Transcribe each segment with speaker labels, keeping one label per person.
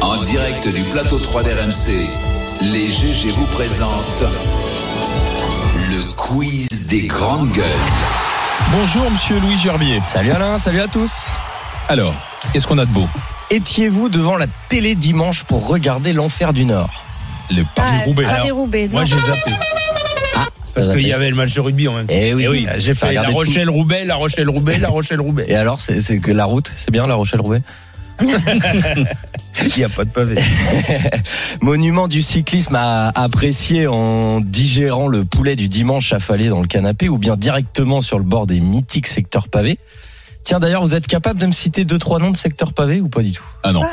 Speaker 1: En direct du plateau 3 d'RMC, les GG vous présentent le quiz des grandes gueules.
Speaker 2: Bonjour Monsieur Louis Gerbier.
Speaker 3: Salut Alain, salut à tous.
Speaker 2: Alors, qu'est-ce qu'on a de beau
Speaker 3: Étiez-vous devant la télé dimanche pour regarder l'enfer du Nord
Speaker 2: Le Paris Ah,
Speaker 3: Ah,
Speaker 2: Roubaix.
Speaker 4: Paris Roubaix.
Speaker 2: Moi j'ai zappé. Parce
Speaker 3: Vous
Speaker 2: qu'il y
Speaker 3: avez-
Speaker 2: avait le match de rugby en même temps.
Speaker 3: Eh oui, j'ai fait
Speaker 2: Et La
Speaker 3: regarder tout.
Speaker 2: Rochelle Roubaix, La Rochelle Roubaix, La Rochelle Roubaix.
Speaker 3: Et alors, c'est c'est que la route, c'est bien la Rochelle-Roubaix
Speaker 2: Il n'y a pas de pavé.
Speaker 3: Monument du cyclisme à apprécier en digérant le poulet du dimanche affalé dans le canapé ou bien directement sur le bord des mythiques secteurs pavés. Tiens d'ailleurs, vous êtes capable de me citer deux trois noms de secteurs pavés ou pas du tout
Speaker 2: Ah non.
Speaker 4: Ah.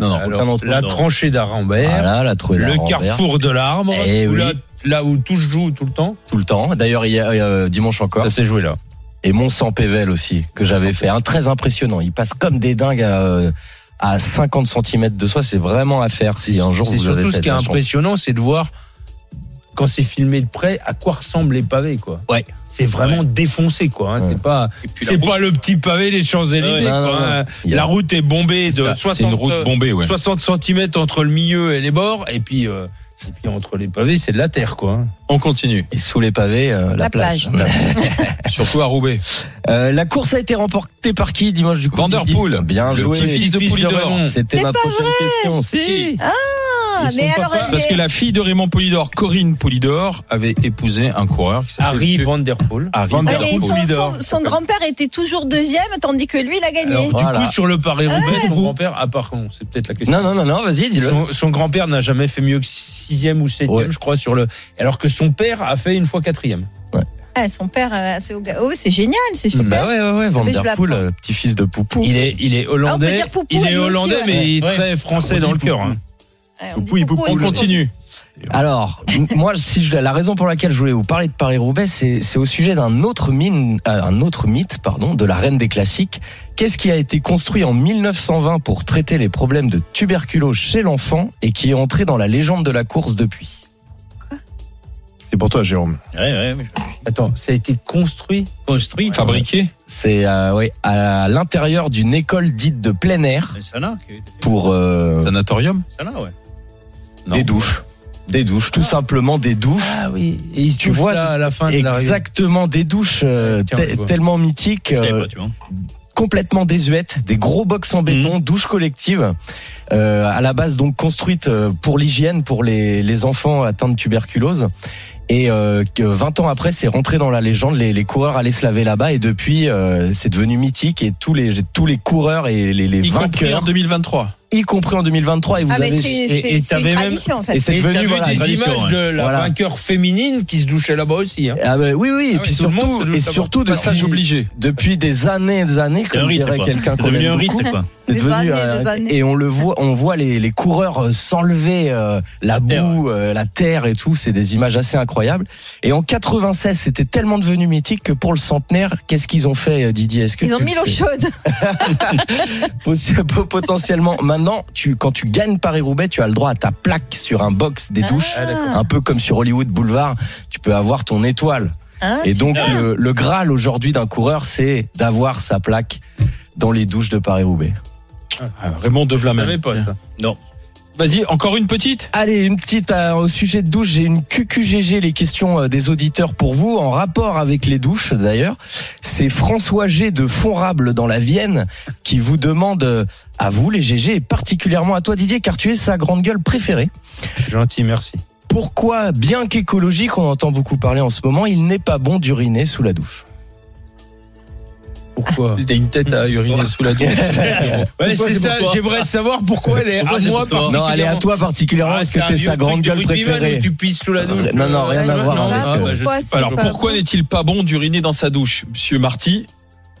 Speaker 2: Non, non.
Speaker 3: Alors,
Speaker 2: la
Speaker 3: non.
Speaker 2: tranchée d'Arambert,
Speaker 3: Ah là, la trouée
Speaker 2: Eh, le
Speaker 3: d'Arambert,
Speaker 2: carrefour de l'arbre,
Speaker 3: Eh
Speaker 2: où
Speaker 3: oui.
Speaker 2: là, là où tout se joue tout le temps.
Speaker 3: tout le temps. D'ailleurs, il y a euh, dimanche encore.
Speaker 2: Ça s'est joué là.
Speaker 3: et mont saint pével aussi que j'avais fait un très impressionnant il passe comme des dingues à, euh, à 50 cm de soi c'est vraiment à faire si un jour
Speaker 2: C'est
Speaker 3: vous avez
Speaker 2: surtout ce
Speaker 3: cette
Speaker 2: qui est
Speaker 3: chance.
Speaker 2: impressionnant, c'est de voir quand c'est filmé de près à quoi ressemblent les pavés quoi.
Speaker 3: Ouais.
Speaker 2: C'est vraiment défoncé quoi. hein.
Speaker 3: Ouais.
Speaker 2: C'est pas c'est pas le petit pavé des Champs-Élysées.
Speaker 3: Ouais, non,
Speaker 2: quoi,
Speaker 3: non, non.
Speaker 2: hein.
Speaker 3: Il y a-
Speaker 2: La route est bombée de
Speaker 5: Ça,
Speaker 2: 60
Speaker 5: C'est une route bombée, ouais.
Speaker 2: 60 cm entre le milieu et les bords et puis euh, et puis entre les pavés, c'est de la terre quoi. hein.
Speaker 5: On continue.
Speaker 3: et sous les pavés euh, la,
Speaker 4: La
Speaker 3: plage,
Speaker 4: plage.
Speaker 5: Surtout à Roubaix.
Speaker 3: Euh, la course a été remportée par qui dimanche du coup
Speaker 5: Vanderpool.
Speaker 3: bien
Speaker 5: Le
Speaker 3: joué
Speaker 5: petit-fils de
Speaker 2: fils de
Speaker 5: Poulidor.
Speaker 2: Raymond.
Speaker 3: c'était ma prochaine question si.
Speaker 4: Ah,
Speaker 5: Ils
Speaker 4: mais
Speaker 5: sont pas
Speaker 4: alors,
Speaker 5: prêts. Parce que la fille de Raymond Polidor, Corinne Polidor, avait épousé un coureur qui s'appelait
Speaker 2: Harry
Speaker 5: Mathieu-
Speaker 2: Van Der Poel.
Speaker 5: Harry
Speaker 2: Van
Speaker 4: Ouais,
Speaker 2: Der
Speaker 4: Ah, mais
Speaker 2: Poel.
Speaker 4: son, son- son grand-père était toujours deuxième, tandis que lui, il a gagné.
Speaker 2: Alors,
Speaker 3: Voilà.
Speaker 2: Du coup, sur le Paris-Roubaix, son grand-père, ah, par contre, c'est peut-être la question.
Speaker 3: non non non non vas-y dis-le
Speaker 2: Son, son grand-père n'a jamais fait mieux que sixième ou septième,
Speaker 3: Ouais.
Speaker 2: je crois, sur le. Alors que son père a fait une fois quatrième.
Speaker 4: Ah, son père, euh, c'est au gars- oh, c'est génial, c'est super.
Speaker 3: bah ouais ouais ouais
Speaker 4: Mais je
Speaker 3: Vanderpool
Speaker 4: l'apprends.
Speaker 3: euh, petit-fils de Poupou
Speaker 2: Il est, il est
Speaker 4: Ah, on peut
Speaker 2: hollandais.
Speaker 4: dire Poupou,
Speaker 2: il est
Speaker 4: lui aussi,
Speaker 2: hollandais,
Speaker 4: ouais.
Speaker 2: mais il est
Speaker 5: Ouais.
Speaker 2: très français
Speaker 5: On
Speaker 2: dans
Speaker 5: dit
Speaker 2: le cœur.
Speaker 5: Poupou.
Speaker 2: hein.
Speaker 4: Ouais, on dit
Speaker 5: Poupou, il peut-
Speaker 4: Poupou,
Speaker 5: on
Speaker 4: il-
Speaker 5: continue.
Speaker 3: Alors, m- moi, si je, la raison pour laquelle je voulais vous parler de Paris-Roubaix, c'est c'est au sujet d'un autre, mine- euh, un autre mythe pardon, de la reine des classiques. Qu'est-ce qui a été construit en 1920 pour traiter les problèmes de tuberculose chez l'enfant et qui est entré dans la légende de la course depuis
Speaker 6: C'est pour toi, Jérôme.
Speaker 2: Attends, ça a été construit.
Speaker 7: construit.
Speaker 5: Fabriqué.
Speaker 3: C'est euh, ouais, à l'intérieur d'une école dite de plein air
Speaker 7: Mais ça là, que-
Speaker 3: pour... euh,
Speaker 5: Sanatorium.
Speaker 7: ça là, ouais.
Speaker 5: Non.
Speaker 6: Des douches.
Speaker 3: des douches, tout simplement des douches.
Speaker 2: Ah oui. Et il se
Speaker 3: Tu
Speaker 2: touche
Speaker 3: vois,
Speaker 2: là à la fin Ah, de la
Speaker 3: Exactement, des douches euh,
Speaker 2: Tiens,
Speaker 3: te-
Speaker 2: je vois.
Speaker 3: tellement mythiques.
Speaker 7: Je savais
Speaker 3: euh,
Speaker 7: pas, tu vois.
Speaker 3: complètement désuètes, des gros box en
Speaker 2: Mhm.
Speaker 3: béton, douches collectives, euh, à la base donc construites euh, pour l'hygiène pour les, les enfants atteints de tuberculose. Et euh, que 20 ans après, c'est rentré dans la légende, les, les coureurs allaient se laver là-bas, et depuis, euh, c'est devenu mythique, et tous les, tous les coureurs et les, les
Speaker 5: Y compris en
Speaker 3: vainqueurs,
Speaker 5: 2023.
Speaker 3: y compris en 2023, et vous
Speaker 4: Ah, mais
Speaker 3: avez...
Speaker 4: c'est-
Speaker 2: et- et
Speaker 4: c'est c'est
Speaker 2: t'avais
Speaker 4: une
Speaker 2: même-
Speaker 4: tradition, en
Speaker 3: Et
Speaker 4: fait.
Speaker 3: c'est
Speaker 2: Et t'as
Speaker 3: devenu
Speaker 2: vu
Speaker 3: voilà,
Speaker 2: des
Speaker 7: tradition,
Speaker 2: images
Speaker 7: ouais.
Speaker 2: de la
Speaker 3: Voilà.
Speaker 2: vainqueur féminine qui se douchait là-bas aussi. hein.
Speaker 3: Ah bah oui oui et
Speaker 2: Ah
Speaker 3: puis
Speaker 2: oui, tout le monde se doute
Speaker 3: surtout et
Speaker 2: d'avoir
Speaker 3: surtout
Speaker 2: passé
Speaker 5: Passage
Speaker 3: depuis,
Speaker 5: obligé.
Speaker 3: depuis des années et des années
Speaker 7: C'est un
Speaker 3: comme
Speaker 7: rite,
Speaker 3: dirait
Speaker 7: quoi.
Speaker 3: quelqu'un
Speaker 7: C'est
Speaker 3: qu'on
Speaker 7: devenu
Speaker 3: aime
Speaker 7: un
Speaker 3: beaucoup.
Speaker 7: rite, quoi.
Speaker 3: C'est
Speaker 4: Des
Speaker 3: devenu,
Speaker 4: années,
Speaker 3: euh,
Speaker 4: des années.
Speaker 3: et on le voit, on voit les, les coureurs euh, s'enlever euh, la,
Speaker 7: terre,
Speaker 3: boue, euh, la terre et tout. C'est des images assez incroyables. Et en 96, c'était tellement devenu mythique que pour le centenaire, qu'est-ce qu'ils ont fait, euh, Didier Est-ce que
Speaker 4: Ils ont
Speaker 3: tu-
Speaker 4: mis l'eau
Speaker 3: c'est
Speaker 4: chaude.
Speaker 3: possi- potentiellement Maintenant, tu, quand tu gagnes Paris Roubaix, tu as le droit à ta plaque sur un box des douches,
Speaker 2: Ah, d'accord.
Speaker 3: un peu comme sur Hollywood Boulevard. Tu peux avoir ton étoile.
Speaker 4: Hein
Speaker 3: Et donc le, le graal aujourd'hui d'un coureur, c'est d'avoir sa plaque dans les douches de Paris Roubaix.
Speaker 5: Ah, Raymond
Speaker 2: Je savais
Speaker 5: Devlamel.
Speaker 2: pas ça.
Speaker 5: Vas-y, encore une petite.
Speaker 3: Allez, une petite euh, au sujet de douche. J'ai une QQGG, les questions euh, des auditeurs pour vous, en rapport avec les douches d'ailleurs. C'est François G de Fonrable dans la Vienne qui vous demande euh, à vous, les GG, et particulièrement à toi, Didier, car tu es sa grande gueule préférée.
Speaker 2: Gentil, merci.
Speaker 3: Pourquoi, bien qu'écologique, on entend beaucoup parler en ce moment, il n'est pas bon d'uriner sous la douche
Speaker 2: Pourquoi Oh,
Speaker 5: T'as une tête à uriner sous la douche.
Speaker 2: Ouais,
Speaker 7: Pourquoi
Speaker 2: c'est
Speaker 7: c'est
Speaker 2: ça,
Speaker 7: pour toi
Speaker 2: j'aimerais savoir pourquoi elle est
Speaker 7: Pourquoi
Speaker 2: à
Speaker 7: c'est
Speaker 2: moi
Speaker 7: pour toi
Speaker 3: Non, elle est à toi particulièrement
Speaker 2: Oh, Ah,
Speaker 3: parce
Speaker 2: c'est
Speaker 3: que
Speaker 2: un
Speaker 3: t'es
Speaker 2: vieux
Speaker 3: sa grande
Speaker 2: truc de
Speaker 3: gueule
Speaker 2: rugbyman
Speaker 3: préférée.
Speaker 2: où Tu pisses sous la douche.
Speaker 3: Non, non, rien
Speaker 4: à voir
Speaker 2: Non,
Speaker 4: avec,
Speaker 2: ah,
Speaker 4: euh,
Speaker 2: bah, je-
Speaker 4: pourquoi c'est
Speaker 5: Alors
Speaker 4: pas
Speaker 5: pourquoi
Speaker 4: bon
Speaker 5: n'est-il pas bon d'uriner dans sa douche, Monsieur Marty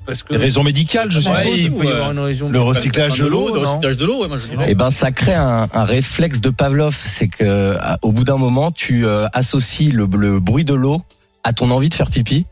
Speaker 2: Parce que.
Speaker 5: Des Raisons médicales, je suppose.
Speaker 2: Ouais,
Speaker 5: euh,
Speaker 2: Bah, il peut y
Speaker 7: Ouais.
Speaker 2: avoir une raison.
Speaker 5: Le recyclage de l'eau,
Speaker 7: Le
Speaker 5: non
Speaker 7: recyclage de l'eau, ouais, moi je dirais.
Speaker 3: Eh ben, ça crée un, un réflexe de Pavlov, c'est que à- au bout d'un moment, tu euh, associes le, le bruit de l'eau à ton envie de faire pipi,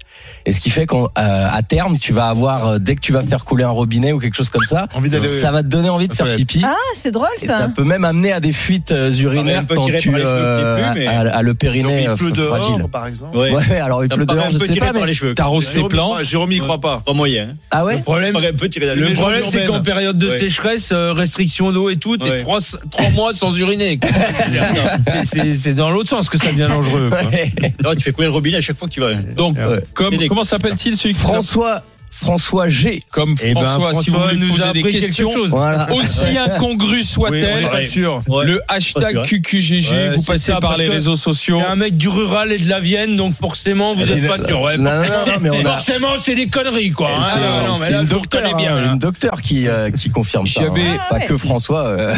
Speaker 3: et ce qui fait qu'à à terme, tu vas avoir euh, dès que tu vas faire couler un robinet ou quelque chose comme ça,
Speaker 6: Envie d'aller.
Speaker 3: ça va te donner envie de
Speaker 6: aux
Speaker 3: faire
Speaker 6: toilettes.
Speaker 3: pipi.
Speaker 4: Ah, c'est drôle
Speaker 3: Et
Speaker 4: ça.
Speaker 3: ça peut même amener à des fuites euh, urinaires
Speaker 7: un peu
Speaker 3: quand
Speaker 7: tiré
Speaker 3: tu
Speaker 7: par les cheveux qui
Speaker 3: euh,
Speaker 7: puent, mais-
Speaker 3: à, à le périnée
Speaker 6: Il
Speaker 3: euh,
Speaker 6: pleut
Speaker 3: fragile.
Speaker 6: dehors, par exemple.
Speaker 7: Ouais.
Speaker 3: Ouais, alors il
Speaker 7: Ça
Speaker 3: pleut
Speaker 7: me paraît
Speaker 3: dehors,
Speaker 7: un
Speaker 3: je
Speaker 7: peu
Speaker 3: sais
Speaker 7: tiré
Speaker 3: pas,
Speaker 7: par
Speaker 3: mais
Speaker 7: les cheveux.
Speaker 5: T'arroses tes
Speaker 6: Jérôme,
Speaker 5: plans.
Speaker 6: ah, Jérôme, il croit pas.
Speaker 7: Pas moyen. hein.
Speaker 3: ah ouais.
Speaker 2: Le problème,
Speaker 7: Ça me paraît un peu tiré
Speaker 2: le problème, c'est qu'en
Speaker 7: quand
Speaker 2: période de
Speaker 7: Ouais.
Speaker 2: sécheresse, euh, restriction d'eau et tout, t'es
Speaker 7: Ouais.
Speaker 2: trois, trois mois sans uriner. quoi. C'est- c'est- C'est dans l'autre sens que ça devient dangereux. quoi.
Speaker 7: Non, tu fais couler le robinet à chaque fois que tu vas.
Speaker 5: Donc,
Speaker 3: Ouais.
Speaker 5: comme,
Speaker 7: Et des-
Speaker 5: comment s'appelle-t-il celui qui
Speaker 3: François François G.
Speaker 5: Comme
Speaker 2: Eh ben,
Speaker 5: François, si vous
Speaker 2: François
Speaker 5: voulez
Speaker 2: nous
Speaker 5: poser
Speaker 2: a
Speaker 5: des
Speaker 2: appris quelque
Speaker 5: questions,
Speaker 2: chose.
Speaker 3: Voilà.
Speaker 7: Oh,
Speaker 5: aussi incongru
Speaker 6: Oui, on
Speaker 5: soit-elle,
Speaker 6: est pas sûr.
Speaker 7: Ouais.
Speaker 5: le
Speaker 7: Ouais,
Speaker 5: hashtag
Speaker 7: c'est
Speaker 5: QQGG,
Speaker 2: Ouais,
Speaker 5: vous
Speaker 2: c'est
Speaker 5: passez
Speaker 2: ça,
Speaker 5: par
Speaker 2: parce
Speaker 5: les
Speaker 2: que
Speaker 5: réseaux sociaux.
Speaker 2: C'est un mec du rural et de la Vienne, donc forcément, vous
Speaker 3: Il
Speaker 2: êtes
Speaker 3: est-
Speaker 2: pas sûr. Ouais,
Speaker 3: Non, non, non, mais on a.
Speaker 2: Forcément, c'est des conneries, quoi. hein.
Speaker 3: C'est-
Speaker 2: Ah, non, non, mais
Speaker 3: c'est
Speaker 2: là,
Speaker 3: une
Speaker 2: je vous
Speaker 3: docteur,
Speaker 2: reconnais
Speaker 3: hein,
Speaker 2: bien. là.
Speaker 3: une docteur qui, euh, qui confirme ça.
Speaker 5: J'avais-
Speaker 3: hein. Pas
Speaker 4: Ah ouais.
Speaker 3: que François. euh,